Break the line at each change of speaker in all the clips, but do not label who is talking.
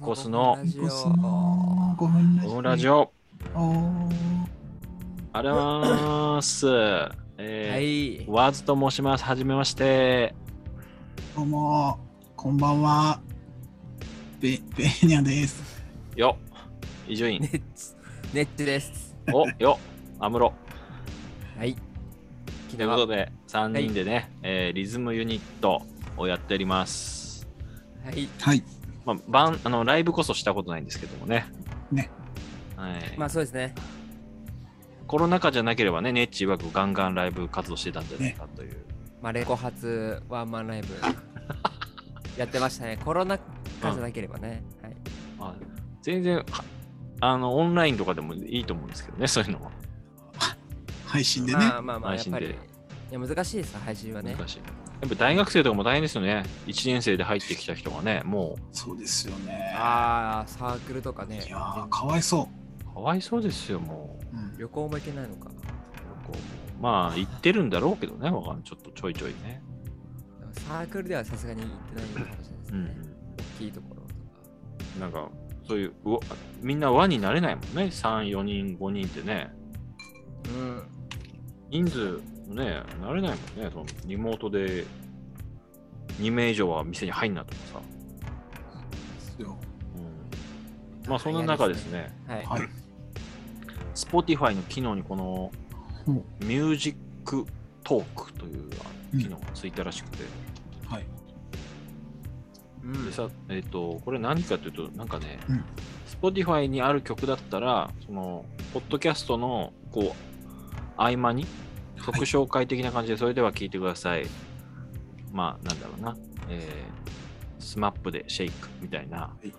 コスの
ニコスのごめんなさい。
オムラジ
オ。
オ。
は
ありがとうございます。
は
え
い
ー、。ワーズと申します。はじめまして。
どうも、こんばんは。ベ、ベーニャです。
よ伊集
ネ
院。
ッツ、ネッツです。
およア ムロ。
はい。
ということで、3人でね、えーリズムユニットをやっております。
はい。
はい。
まあ、バンあのライブこそしたことないんですけどもね。
ね。
はい。
まあそうですね。
コロナ禍じゃなければね、ネッチーはこうガンガンライブ活動してたんじゃないかという。
まあレコ発ワンマンライ ブやってましたね。コロナ禍じゃなければね。はい。
あ全然はあの、オンラインとかでもいいと思うんですけどね、そういうのは。
配信でね。
まあまあまあ、
配
やっ
信
ぱ
で
り。いや、難しいです、配信はね。
難しい。やっぱ大学生とかも大変ですよね。1年生で入ってきた人がね、も、
そうですよね。
ああ、サークルとかね
い。やー、かわいそう
かわいそうですよ、もう。
う。うん
旅行も行けないのか。
こうまあ、行ってるんだろうけどね、わかんないちょっとちょいちょいね。
でもサークルではさすがに行ってないのかもしれないです
うんう
ね。
ん。
大きいところとか。
なんか、そういう、うわみんな輪になれないもんね、3、4人、5人ってね。
うん。
人数ね、慣れないもんね、そのリモートで2名以上は店に入んなとかさ。
ですよ。
うん、まあ、そんな中ですね、
はい。
はい。
Spotify の機能にこの
ほ
ミュージックトークという
うん
機能がついたらしくて、
はい。
うん
でさえっとこれ何かというと、なんかね、
うん
Spotify にある曲だったら、そのポッドキャストのこう合間に曲紹介的な感じで、それでは聴いてください。まあ、なんだろうな、えー、スマップでシェイクみたいな。
い
ま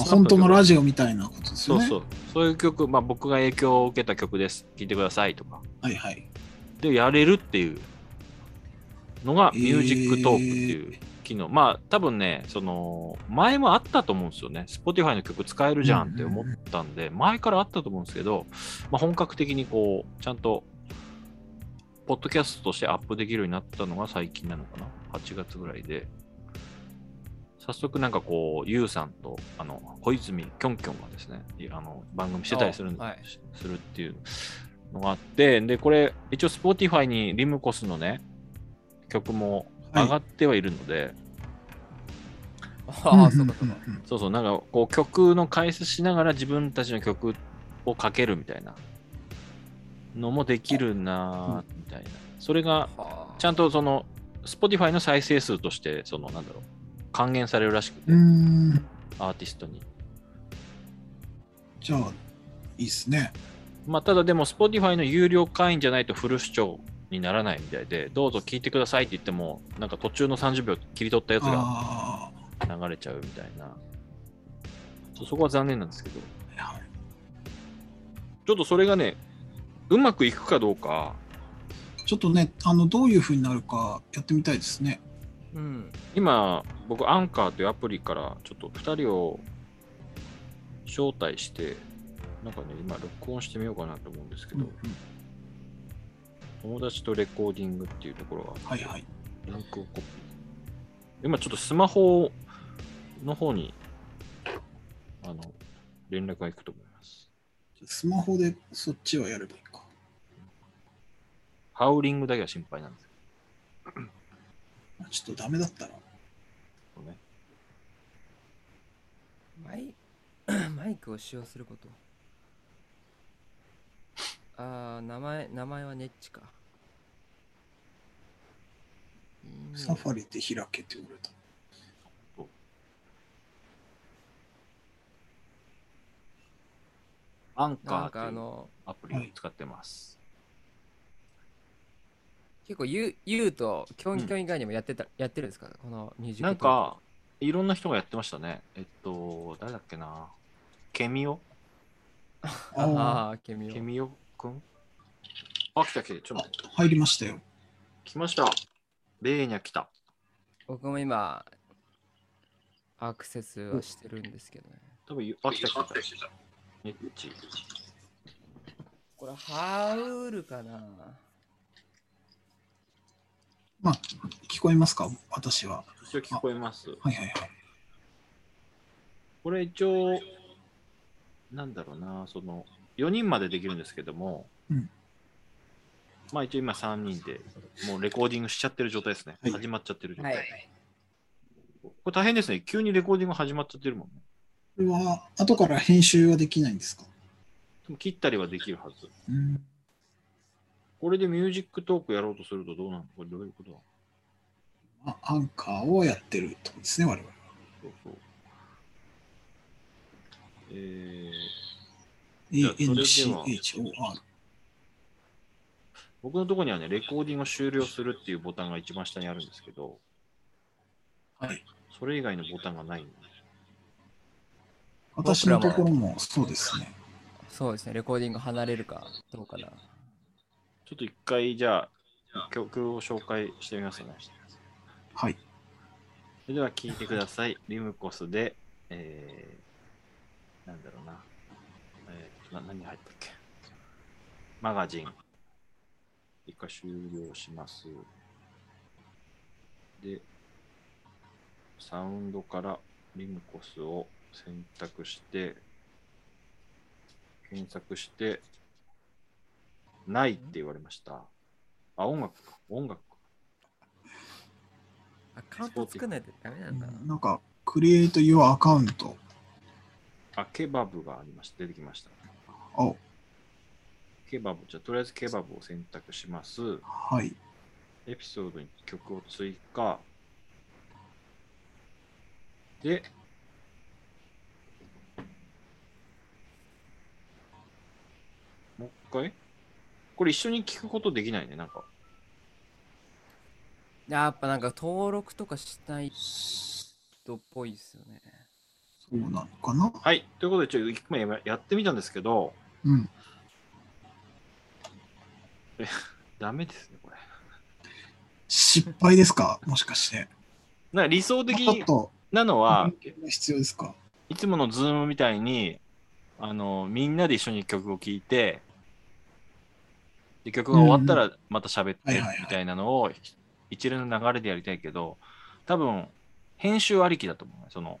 あ
あ、本当のラ
ジ
ジオみたいなことです
そ
よ
う
ね。
そうう。そういう曲、まあ僕が影響を受けた曲です。聴いてくださいとか。
そう。はいはい。
でやれるっていうのがミュージックトークっていう機能、まあ多分ねその前もあったと思うんですよね Spotify の曲使えるじゃんって思ったんで、前からあったと思うんですけど、まあ、本格的にこうちゃんとポッドキャストとしてアップできるようになったのが最近なのかな8月ぐらいで早速なんかこうゆうさんとあの小泉きょんきょんがですねいあの番組してたりするんで
あはい
するっていうのがあって、で、これ、一応 Spotify にリムコスのね、曲も上がってはいるので、
ああ、そうかそううんか。
うんうん
そうそう、なんかこう曲の解説しながら自分たちの曲をかけるみたいなのもできるなぁみたいな。それが、
はあ
ちゃんとその、Spotify の再生数として、その、なんだろう、還元されるらしくて、
うん。うーん
アーティストに。
じゃあ、いいっすね。
まあ、ただでも Spotify の有料会員じゃないとフル視聴にならないみたいで、どうぞ聞いてくださいって言っても、なんか途中の30秒切り取ったやつが
あ
流れちゃうみたいな。そそこは残念なんですけど、
あ。はいはい。
ちょっとそれがね、うまくいくかどうか、
ちょっとね、あの、どういうふうになるかやってみたいですね。
うん。
今、僕、アンカーというアプリから、ちょっと2人を招待して、なんかね、今、録音してみようかなと思うんですけ
うんう
ど
ん、
友達とレコーディングっていうところが
はいはい。
ランクをコピー。今ちょっとスマホの方に、あの、連絡が行くと思います。
スマホでそっちはやればいいか。
ハウリングだけは心配なんです
ちょっとダメだったら。
けどね。
マイマイク を使用すること。ああ、名前、名前はネッチか。うん
サファリで開けって言われた。
アン
な
カ
んかあ
ーという
の、
アプリを使ってます。
結構ゆう、ゆうと、きょんきょん以外にもやってた、やってるんですかこのミュージック
なんか、いろんな人がやってましたね。えっと、誰だっけな。ケミオ
トーク、ああー、ケミ
ケ
オ。
ミオくんあ、来た来た。ちょっと待って。
あ入りましたよ。
来ました。レーニャ来た。
僕も今、アクセスはしてるんですけどね。
多分、あ、来た来た来た。ネッチ。
これ、ハウルかな
まあ、聞こえますか私は。
一応聞こえます。
はいはいはい。
これ一応、なんだろうな、その、4人までできるんですけども、
うん
まあ一応今3人で、もうレコーディングしちゃってる状態ですね。
はい
始まっちゃってる状
は
態。
い。
これ大変ですね。急にレコーディング始まっちゃってるもんね。
これは、後から編集はできないんですか
でも切ったりはできるはず。
うん。
これでミュージックトークやろうとするとどうなのこれどういうことだ
あアンカーをやってるってことですね、我々は。
そうそう。えー、じゃあそれでは
ANCHOR。
僕のところにはね、レコーディングを終了するっていうボタンが一番下にあるんですけど、
はい。
それ以外のボタンがないんで
私のところもそうですね。
そうですね、レコーディング離れるかどうかな。
ちょっと一回じゃあ曲を紹介してみますね。
はい。
それでは聴いてください。リムコスで、えー、なんだろうな。えー、な何入ったっけマガジン。一回終了します。で、サウンドからリムコスを選択して、検索して、ないって言われました。あ、音楽か。音楽か。
アカウント作んないとダメなんだな。
なんか、Create Your Account。
あ、ケバブがありました。出てきました。
お
ケバブ、じゃあとりあえずケバブを選択します。
はい。
エピソードに曲を追加。で、もう一回これ一緒に聞くことできないね、なんか。
やっぱなんか登録とかしない人っぽいですよね。
そうなのかな
はい、ということで、ちょっと一個目やってみたんですけど、
うん。
ダメですね、これ。
失敗ですかもしかして。
なんか理想的
ちょっと、
なのは、
必要ですか
いつものズームみたいに、あの、みんなで一緒に曲を聴いて、で、曲が終わったらまた喋っ
はい
て
はいはい
みたいなのを、一連の流れでやりたいけど、多分、編集ありきだと思うね。その、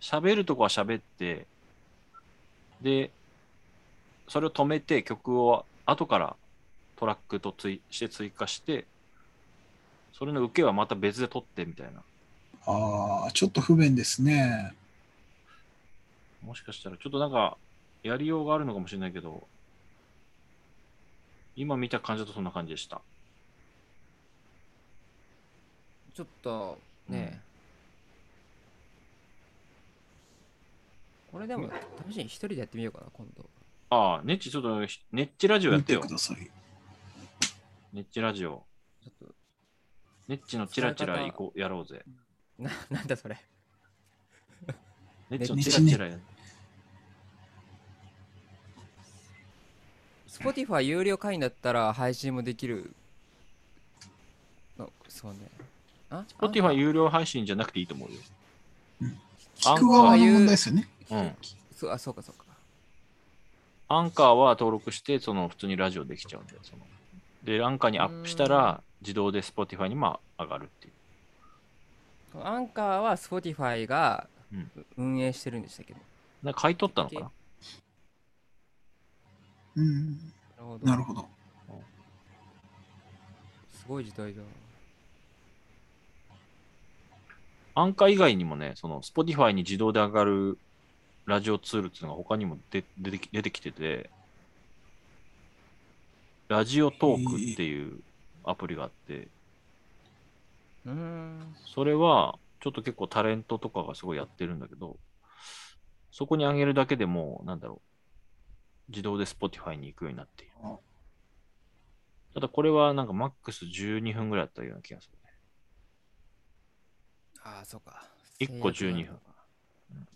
喋るとこは喋って、で、それを止めて曲を後からトラックとついして追加して、それの受けはまた別で撮ってみたいな。
ああ、ちょっと不便ですね。
もしかしたら、ちょっとなんか、やりようがあるのかもしれないけど、今見た感じだとそんな感じでした。
ちょっとね、これでも試しに一人でやってみようかな、今度。
ああ、ネッチ、ちょっと、ひネッチラジオやっ
見
て
て
よ
く。ださい。
ネッチラジオ。
ちょっと
ネッチのチラチラ行こう、やろうぜ。
な なんだそれ。
ネ
ッ
ッチ
チ
の
ね
チラチラや。
Spotify 有料会員だったら配信もできる。あそうね。あ
Spotify 有料配信じゃなくていいと思うよ。
聞く側の問題ですよね。
うん。
そうあ、そうかそうか。
アンカーは登録して、その、普通にラジオできちゃうんで、その。で、アンカーにアップしたら、自動で Spotify にまあ上がるっていう。
アンカーは Spotify が
うん
運営してるんでしたけど。
なんか買い取ったのかな
うん。
なるほど。
なるほど。
すごい時代だ。
アンカー以外にもね、その Spotify に自動で上がるラジオツールっていうのが他にも出出てき出てきてて、ラジオトークっていうアプリがあって、
うーん。
それはちょっと結構タレントとかがすごいやってるんだけど、そこに上げるだけでもう、なんだろう、自動で Spotify に行くようになっている。ただこれはなんかマックス12分ぐらいだったような気がするね。
ああ、そうか。
1個
制約
12
が
分。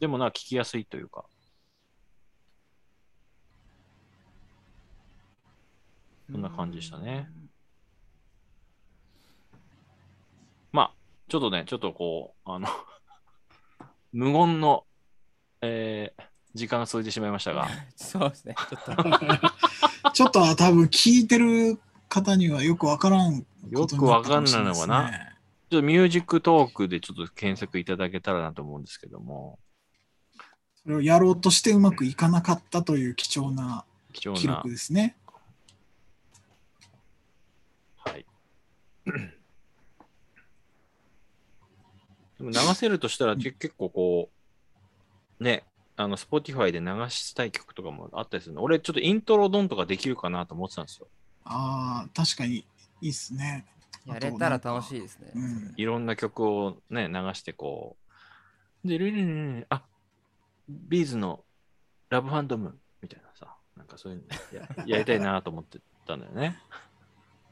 でもなんか聞きやすいというか、そんな感じでしたね。まあ、ちょっとね、ちょっとこう、あの、 無言の、えー時間が過ぎてしまいました が、
そうですね。ちょっと。
ちょっとは多分聞いてる方にはよくわからんことになった
よ
もしれですね
くわかんないのかちょっとミュージックトークでちょっと検索いただけたらなと思うんですけども、
それをやろうとしてうまくいかなかったという貴重な
貴重
記
な
録。ですね。
はい。 でも流せるとしたら、け結構こう、ね、あの、Spotify で流したい曲とかもあったりするの。俺、ちょっとイントロドンとかできるかなと思ってたんですよ。
ああ、確かにいいっすね。
やれたら楽しいですね。
うん
いろんな曲をね、流してこう。で、ルルルルルあビーズのラブファンドムみたいなさ、なんかそういうのややりたいなと思ってたんだよね。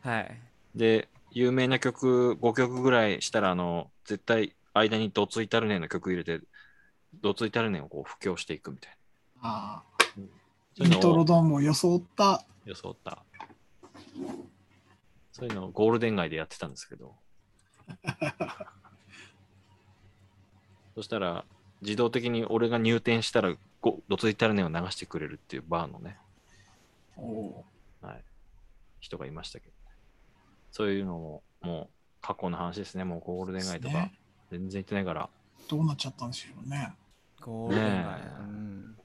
はい。
で、有名な曲5曲ぐらいしたら、あの、絶対間にどついたるねんの曲入れて、どついたるねんをこう布教していくみたいな。
あ
そ
ー
うい
イ
う
ント
の
ロ
を
ドンも装った、
装った。そういうのをゴールデン街でやってたんですけ ど。そしたら、自動的に俺が入店したら、ごどついたるねんを流してくれるっていうバーのね、
お
人がいましたけど、そういうのも、もう過去の話ですね。もうゴール
ー
デン街と
です
か
ね、
全然行ってないから、
どうなっちゃったんでしょうね。
ゴールデン街
ねえ
うん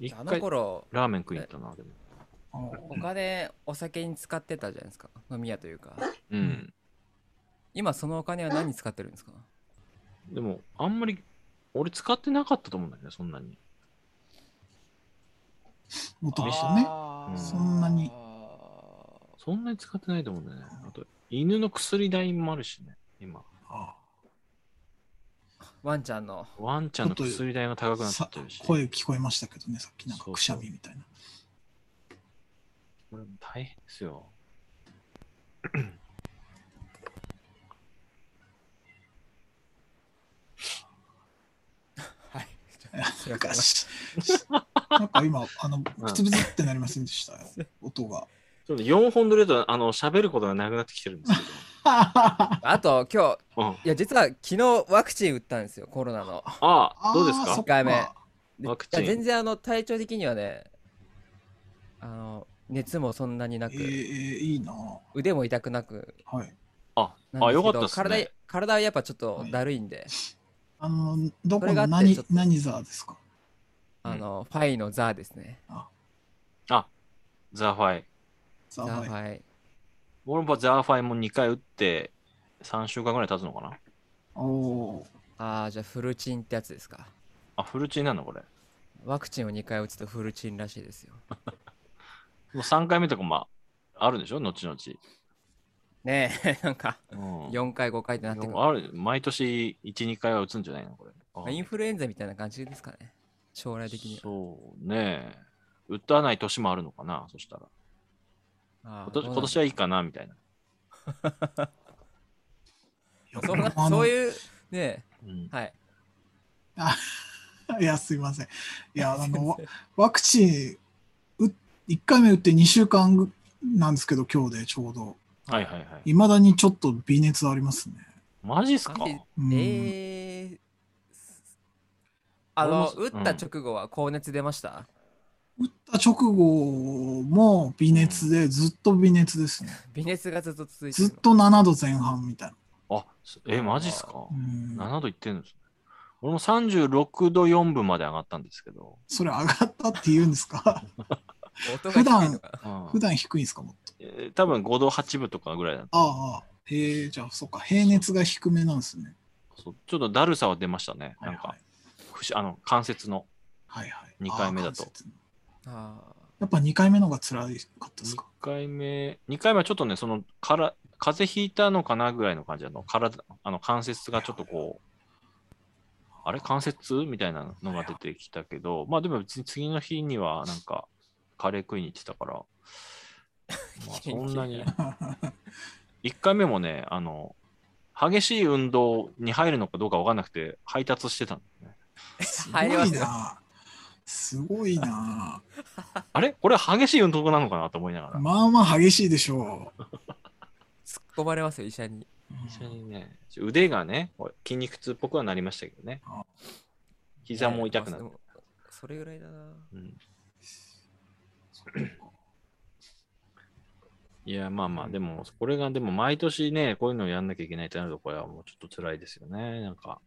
一
あの
回
頃、
ラーメン食いに行ったな、でも。
おー
お金、お酒に使ってたじゃないですか。飲み屋というか。
うん。
今、そのお金は何に使ってるんですか
でも、あんまり、俺使ってなかったと思うんだよね、そんなに。
もともとね。
うん
そんなに。
そんなに使ってないと思うんだよね。あと、犬の薬代もあるしね、今。
あ
ワンちゃんの。
ワンちゃんの薬代が高く
ー
な
さ
ってるし、これ
声聞こえましたけどね、さっきなん
そうそ
か
う
くしゃみみたい な。
も大変ですよ。
はい。
なんかし なんか今、あの、ブツブツってなりませんで したよ、音が。
ちょっと4本撮りだと、あの、喋ることがなくなってきてるんですけ
あと、今日、
ど。うん、
いや、実は昨日ワクチン打ったんですよ、コロナ の。
ああ、どうです
あーそ
か
っか
一回目で
ワクチン
いや全然あの体調的にはねあの熱もそんなになく、
えー、えーいいなぁ
腕も痛くなく
はい。
あ
なん
あ、
です
よ
け
かった
ど
ですね。
体体はやっぱちょっとだるいんで、
あの、どこ
それがあ
の
って
何
ちょっ、と
何座ですか
うん
あのファイのザですね
ザーファイ。
座
ザ
は
フ
い
ァイ
俺もザーファイも2回打って、3週間ぐらい経つのかな
おー
ああじゃあフルチンってやつですか
あ、フルチンなのこれ。も
ワクチンを2回打つとフルチンらしいですよ
う3回目とか、まあ、あるんでしょ後々。
ねえ なんか
うん
4回5回ってなってく
ある毎年1、2回は打つんじゃないのこれ。
るインフルエンザみたいな感じですかね将来的には
そうね。打たない年もあるのかな、そしたら。
あ
今
ーどう
年
なん
今年はいいかな、みたいな。
いや
そんな
あの
そういうね
うん
えはい
いや、すいません。いや、あの、ワワクチン、う1回目打って2週間ぐなんですけど、今日でちょうど。
はいはいはい。
いまだにちょっと微熱ありますね。
マジっすか
マジ
うん
えー、あの、打っ
俺もそう
た直後は高熱出ました、
打った直後も微熱で、ずっと微熱ですね。
微熱がずっと続いて
ずっ
る
と7度前半みたいな。
あ、すえ、マジっすか
うん、
?7 度いってるんですね。俺も36度4分まで上がったんですけど。
それ上がったって言うんですか
の音が低いのか
うん
普段低いんですかもっと。
えー多分5度8分とかぐらいだった
ああ、へえ、じゃあ、そっか、平熱が低めなんですね。
そうちょっとだるさは出ましたね。
は
ないんか
はい、。
ふしあの、関節の。
はいはい、
二回目だと
ああ関節
あ
やっぱ2回目のが辛かったで
2
す か
回目、2回目はちょっとね、そのから、風邪ひいたのかなぐらいの感じなの、体あの関節がちょっとこう、あれ、関節みたいなのが出てきたけど、まあでも別に次の日には、なんか、カレー食いに行ってた から、まあそんなに、1回目もね、あの、激しい運動に入るのかどうか分かんなくて、配達してたんだよね。
すご
入りま
い
すよ
な。すごいな。
あれこれ激しい運動なのかなと思いながら。
まあまあ激しいでしょう。
突っ込まれますよ医者に
一緒にね、腕がね、こう筋肉痛っぽくはなりましたけどね
あ。
膝も痛くな
る
る。
それぐらいだな
うん
そうか
いや、まあまあ、でも、これが、でも、毎年ね、こういうのをやんなきゃいけないってなると、これはもうちょっと辛いですよね。なんか、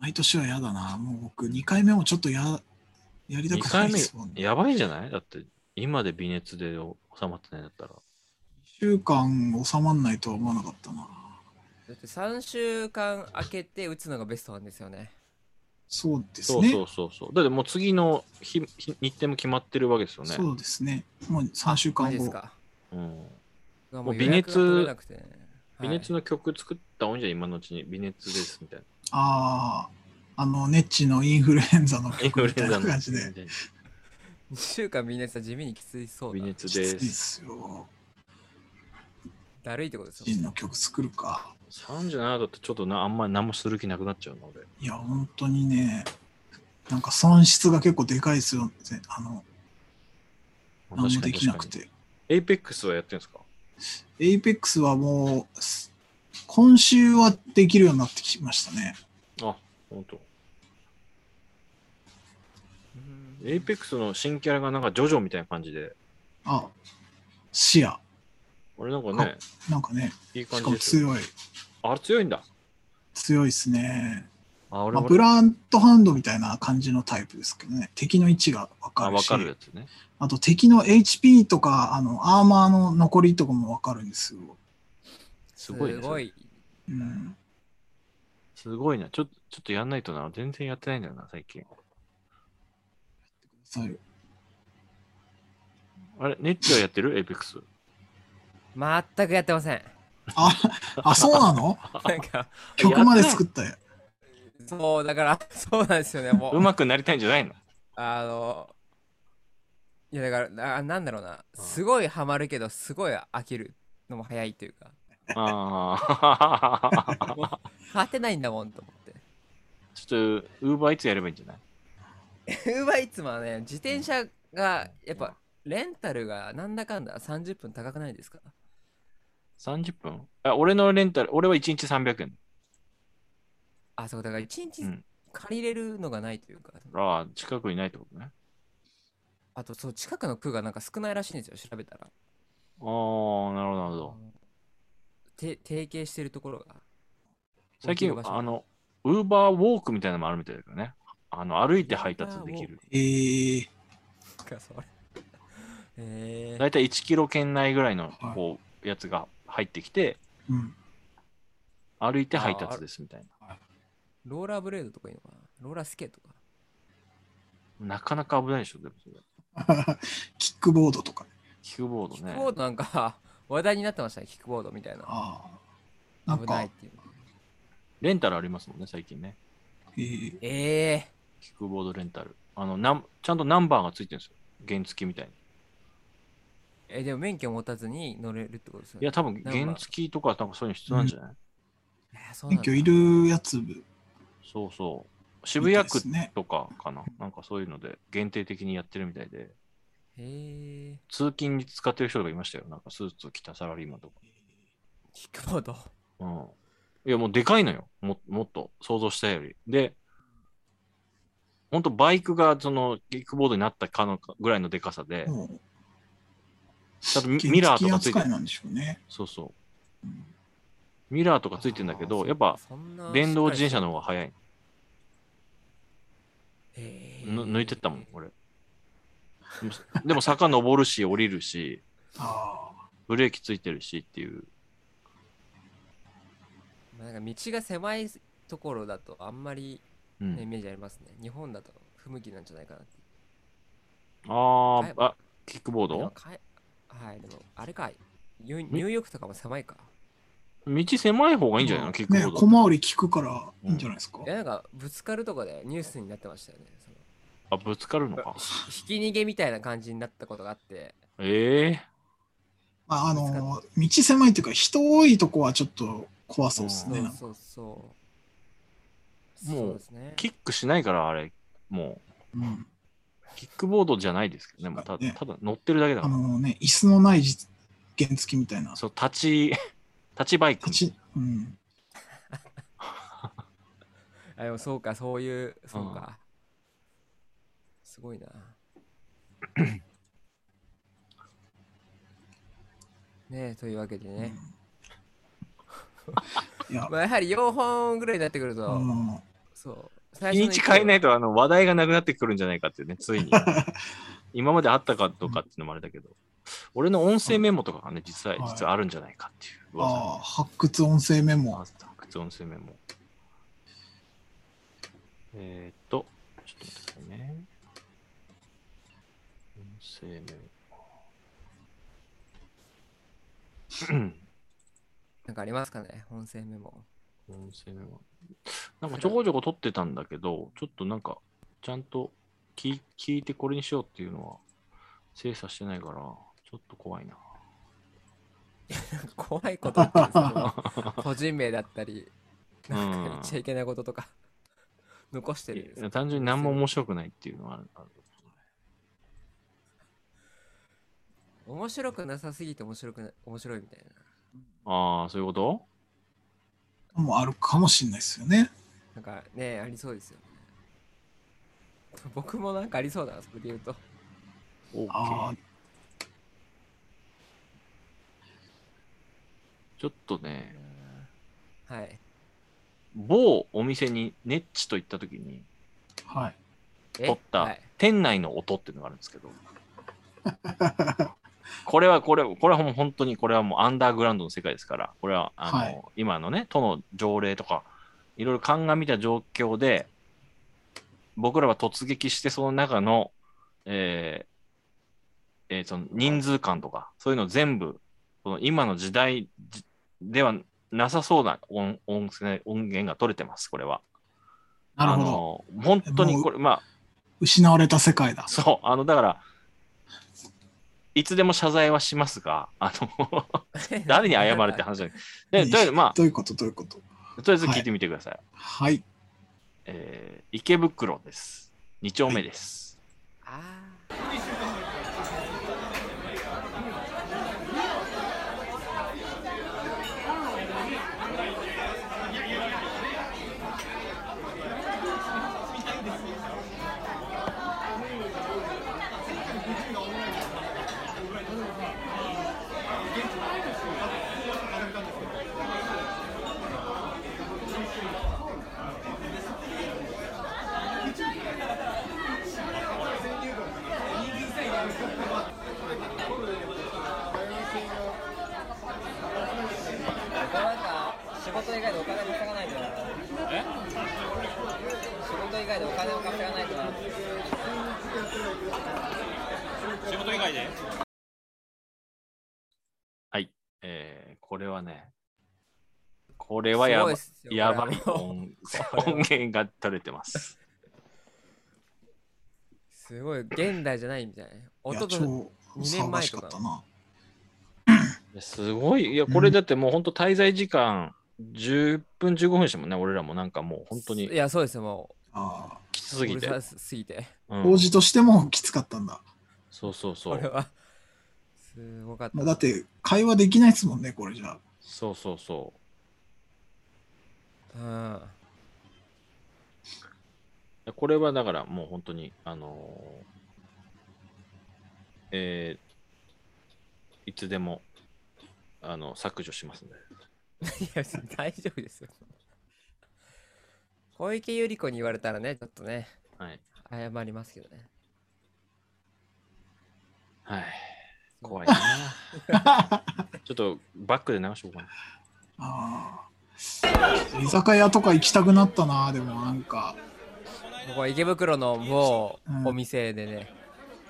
毎年は嫌だな。もう僕、2回目もちょっとややりた
2
くな
回
い
目
ですもん、ね。
やばいんじゃないだって、今で微熱で収まってないんだったら。
1週間収まんないとは思わなかったな。
だって3週間空けて打つのがベストなんですよね。
そうです
そう
ね。
そうそうそう。だってもう次の日日日程も決まってるわけですよね。
そうですね。もう3週
マ
間
ジです
後。
か。
うん、
うわ
もう
予約が取れなくて
微熱の曲作った方がいいんじゃん、今のうちに。微熱ですみたいな。
ああ、あの、ネッチのインフルエンザの
インフ
曲み
ルエ
たい
ンザ
な
の
感じで。
2週間微熱は地味にきついそう
微
だ。
熱
きつい
で。
ですすよ。
だるいってことですよ。
人の曲作るか。
37度ってちょっとなあんまり何もする気なくなっちゃうな、俺。
いや、本当にね、なんか損失が結構でかいですよ、ね。あの、
まあ確
何も
か
で
に
きなく
確かに。
て。
エイペックスはやってるんですか
エイペックスはもう、す今週はできるようになってきましたね。
あ、本当。
うん
エイペックスの新キャラがなんかジョジョみたいな感じで、
あ、視野。
あれなんかね、
なんかね、
いい感
し
じ
かも
ですよ。
強い。
あれ強いんだ。
強いですね。
あ、俺
まあ、
も
ブラントハンドみたいな感じのタイプですけどね。敵の位置が分か
あ、
る
わ
し。
かるやつね。
あと敵の HP とか、あの、アーマーの残りとかもわかるんですよ。
すごいね
すごい。
うん。
すごいな。ちょっと、ちょっとやんないとな。全然やってないんだよな、最近。
そう
あれ、ネッチはやってるエイペックス。
全くやってま せん。
あ、あ、そうなの
なんか、
曲まで作ったよ。
そう、だから、そうなんですよね。もう
う、まくなりたいんじゃないの
あの、いや、だから、ななんだろうな。
うん
すごいハマるけど、すごい飽きるのも早いというか、
ああ。
勝てないんだもんと思って。
ちょっと、ウーバーイーツやればいいんじゃない
ウーバーイーツもね、自転車が、やっぱ、レンタルがなんだかんだ30分高くないですか
?30 分あ俺のレンタル、俺は1日300円。
あ、そう、だから一
う
日
ん。
借りれるのがないというか、
ああ、近くにないってことね。
あと、そう、近くの区がなんか少ないらしいんですよ、調べたら。
ああ、なるほど、なるほど。
て提携してるところが。
最近
置ける場、所
あの、ウーバーウォークみたいなのもあるみたいだけどね。あの、歩いて配達できる。
えー、
かそれ。えー
だいたい1キロ圏内ぐらいの
は、い
こう、やつが入ってきて、
うん。
歩いて配達ですみたい
ローラーブレードとかいうのかなローラースケートか。
な。なかなか危ないでしょ、でもそれ。
キックボードとか。
キックボードね。
キックボードなんか話題になってましたね、キックボードみたいな。
ああ。なん
危ない
か
っ、ていう。
レンタルありますもんね、最近ね。
えー、
ええ
キックボードレンタル。あの、なんちゃんとナンバーがついてるんですよ。原付きみたいに。
えでも免許持たずに乗れるってことですよ
い
ね。
や、多分
ナンバー
原付きとか、なんかそういうの必要なんじゃない、
いや、そうな
免
んだ
許いるやつ、
そうそう。渋谷
み
区
たいですね
とかかな。なんかそういうので、限定的にやってるみたいで、
えー、
通勤に使ってる人がいましたよ。なんかスーツを着たサラリーマンとか。
キックボード。
うん。いや、もうでかいのよ。ももっと想像したより。で、ほんとバイクがそのキックボードになったかのかぐらいのでかさで、
もう、
ちゃんとミミラーとかついて
原付扱い
る。
なんでしょうね。
そうそう
うん。
ミラーとかついてるんだけど、やっぱ
そんな
電動自転車の方が早い。
えー
ぬ抜いてったもん、俺。でも でも坂登るし、降りるし、
ああ。
ブレーキついてるしっていう。
まあなんか道が狭いところだとあんまり、
う
ねイ
ん、
メージありますね。日本だと不向きなんじゃないかなって。
あ
はい
ーあ、キックボー
でも
ド
かえはい、でもあれか。ニュニューヨークとかも狭いか。
道狭い方がいいんじゃないの、キックボ
ね、
ー
小
ド。
回り聞くからいいんじゃないですか。
いやなんかぶつかるとかでニュースになってましたよね。その
あ、ぶつかるのか。
ひき逃げみたいな感じになったことがあって、
ええ
まあ、あの、道狭いというか、人多いとこはちょっと怖そうです
そ
ね。
う
なんか
そうそう。
もう
そうですね。
キックしないから、あれ、も
うん
う、キックボードじゃないですけどね、もうた
ね
ただ乗ってるだけだ
あ
か
のね、椅子のないじ原付みたいな
ら。。そう、立ち、 立ちバイク
立。ち、うん。
あでもそうか、そういう、そうか。す ごいな。ねえ、というわけで ね。
いや、
まあ、やはり4本ぐらいになってくると、
うん
そう。。
日にち変えないいとあの話題がなくなってくるんじゃないかっていうね、つい に。今まであったかどうかっていうのもあれだけど、俺の音声メモとかがね、実際、
はい
実はあるんじゃないかっていう噂
ああ、発掘音声メモ
マ。スター靴音声メモ。えーっと、ちょっと待ってくださいね。音声メモ。
なんかありますかね音声メモ。
音声メモ。なんかちょこちょこ撮ってたんだけど、ちょっとなんか、ちゃんと聞い聞いてこれにしようっていうのは精査してないから、ちょっと怖いな。
怖いことっていうんですか その個人名だったり、なんか言っちゃいけないこととか、残してるんです
いや
よ
単純に何も面白くないっていうのはある。ある
面白くなさすぎて面白くな面白いみたいな。
ああ、そういうこと
もあるかもしれないですよね。
なんかね、ありそうですよね。僕もなんかありそうだな、それで言うと。
あ
?OK。
あ、
ちょっとね、
はい。
某お店にネッチと行った時に
はい。
え
撮った、
はい。
店内の音っていうのがあるんですけど これはこれこれはもう本当にこれはもうアンダーグラウンドの世界ですからこれはあの、
はい
今のね都の条例とかいろいろ鑑みた状況で僕らは突撃してその中の,、えーえーその人数感とかそういうの全部この今の時代じではなさそうな音音声音源が取れてますこれは。
なるほ
あ
ど。
の本当にこれまあ
失われた世界だ。
そう、あの、だから、いつでも謝罪はしますが、あ の、誰に謝れって話じゃない。で、とりあえず、ま
どういうことどういうこと
あ、とりあえず聞いてみてください。
はい。
えー池袋です。2丁目です。
ああ。なんか、仕事以外でお金稼がないとな。仕事以外でお金を稼がないとな。
えーこれはね、これはや
すご
ば
いっ
い
すよ
やばい
これは
音
これは
音源が取れてます。
すごい、現代じゃないみたいな。
いや、
音と
超
二
騒
年
が
前
し
と
か
か
ったな。
すごい。いや、これだってもう本当滞在時間10分15分でしたもんね、俺らもなんかもう本当
い
に
や、そうですよ、も
あ
きつ
う。
すぎて
う。るさすぎて。
う
あ、
ん
当時としてもきつかったんだ。
そうそうそ
これ
う。
は。すごかった
もう。だって、会話できないですもんね、これじゃあ。
そうそうそう。
うん。
これはだからもう本当に、あのーえーいつでも、あの、削除しますんで。
いや、別に大丈夫ですよ。小池百合子に言われたらね、ちょっとね、
はい。
謝りますけどね。
はい。怖いな。ちょっとバックで流しとこうかな。
ああ。居酒屋とか行きたくなったな、でもなんか。
ここ池袋の某
うん
お店でね、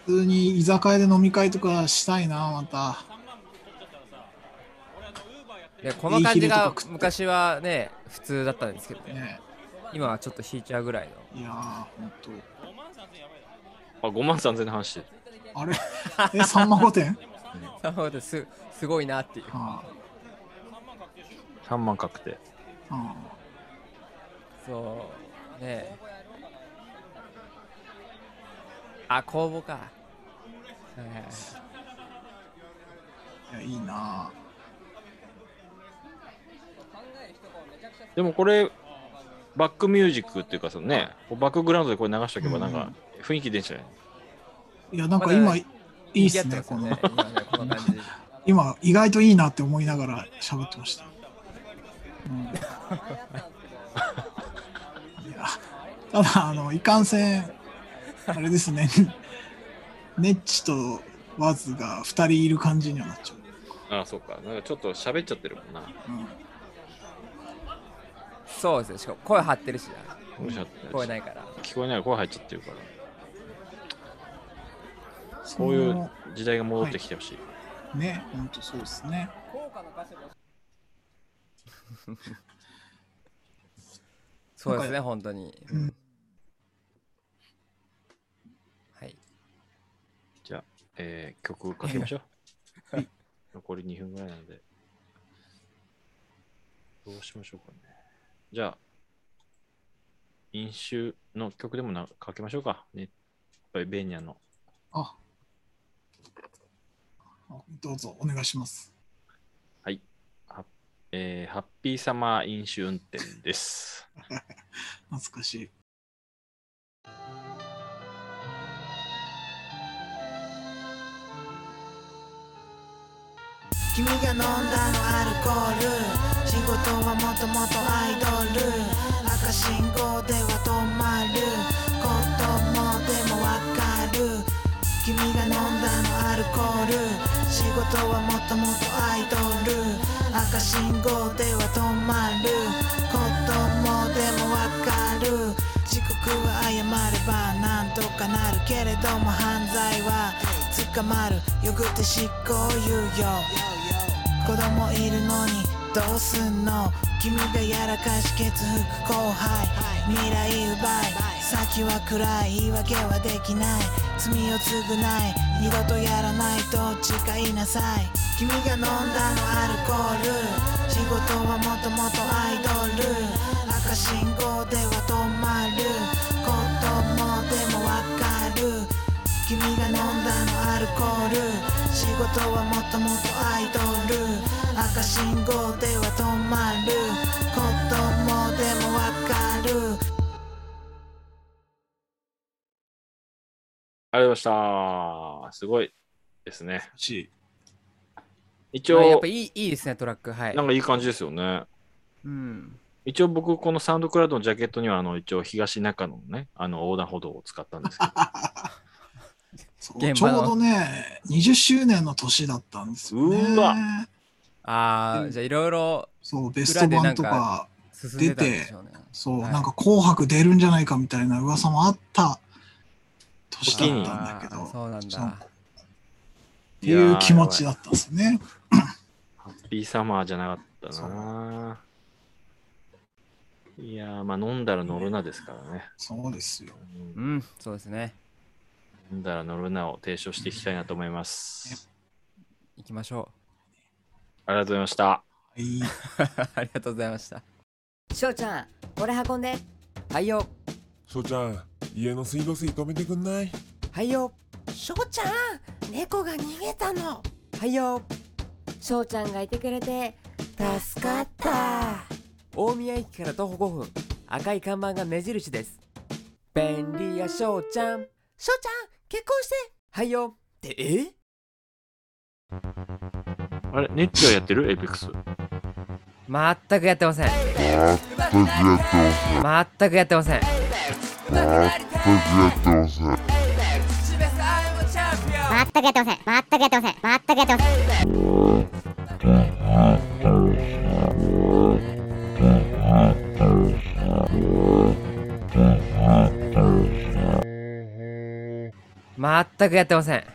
普通に居酒屋で飲み会とかしたいな、また。
でこの感じ
いい昼
が
とか食って
昔はね、普通だったんですけどね、
ね
今はちょっと引いちゃうぐらいの。
いやー、ほんと。
あ、5万3000の話してる。
あれえ、さんま御殿
なのですすごいなっていう。
あ
3万確定。
ああ
そう、ねあ、公募か。はいはいはい
あ。いや、いいな。
でもこれ、バックミュージックっていうか、そのね、こうバックグラウンドでこれ流しとけば、なんか、雰囲気出るんじゃない
いや、なんか今、
まだ
いいっす
人気あ
ね、
った
こ
ん
の
です。よね今ねこの感じ。
今、意外といいなって思いながら喋ってました。うん、いや、ただ、あの、いかんせん、あれですね、ネッチとワズが2人いる感じにはなっちゃう。
ああ、そっか。なんかちょっと喋っちゃってるもんな。
うん
そうですねしかも声張ってるしな
おっしゃって
声ないから
聞こえない声入っちゃってるから。そういう時代が戻ってきてほしい。
ね、ほんとそうですね。
そうですね本当に、
うん
はい
じゃあ、えー曲をかけま しょう。
はい
残り2分ぐらいなので。どうしましょうかね。じゃあ、飲酒の曲でもなかけましょうか。ね、やっぱりベーニャの。
ああどうぞお願いします。
はい。はえーハッピーサマー飲酒運転です。
懐かしい。
君が飲んだのアルコール仕事はもともとアイドル赤信号では止まる子供でもわかる君が飲んだのアルコール仕事はもともとアイドル赤信号では止まる子供でもわかる時刻は謝ればなんとかなるけれども犯罪は捕まるよくて執行猶予子供いるのにどうすんの君がやらかし血服後輩未来奪い先は暗い言い訳はできない罪を償い二度とやらないと誓いなさい君が飲んだのアルコール仕事はもともとアイドル赤信号では止まる子供でもわかる君が飲んだのアルコール仕事はもともとアイドル赤信号では止まる子供でもわかる
ありがとうございました。すごいですね。
し
一
あやっ
応
ぱ、いいいいですねトラックはい
なんかいい感じですよね。
うん
一応僕、このサウンドクラウドのジャケットには、あの、一応東中野のね、あの、横断歩道を使ったんですけ
そう
現
ちょ
場
う
の
どね、20周年の年だったんですよ、ね。
うわ
あ
う
あ
ん
じゃあいろいろ
そう、ベスト版とか、
裏でなん進んでたんでしょうね
そう、
はい
なんか紅白出るんじゃないかみたいな噂もあった年だ
出
ったんだけ
あー
ど、
そうなん
そう
だ
って
ど。
いう気持ち
や
だったんですよね。
ー。ハッピーサマーじゃなかったな。いやー、まあ、飲んだら乗るなですからね。
そうですよ。
うん
うんそうですね
飲んだら乗るなを提唱していきたいなと思います。
行きましょ
ありがとうございました。
はい、
う ありがとうございました
翔ちゃんこれ運んで
はいよ
翔ちゃん家の水道水止めてくんない
はいよ
翔ちゃん猫が逃げたの
はいよ
翔ちゃんがいてくれて助かった
大宮駅から徒歩5分赤い看板が目印です便利やしょうちゃん
翔ちゃん結婚して
はいよってえ
あれ、ネッチはやってるエイペックス。
まったくやってませんまったくやってません
全くやってません全くやってません全くやってません
まったくやってません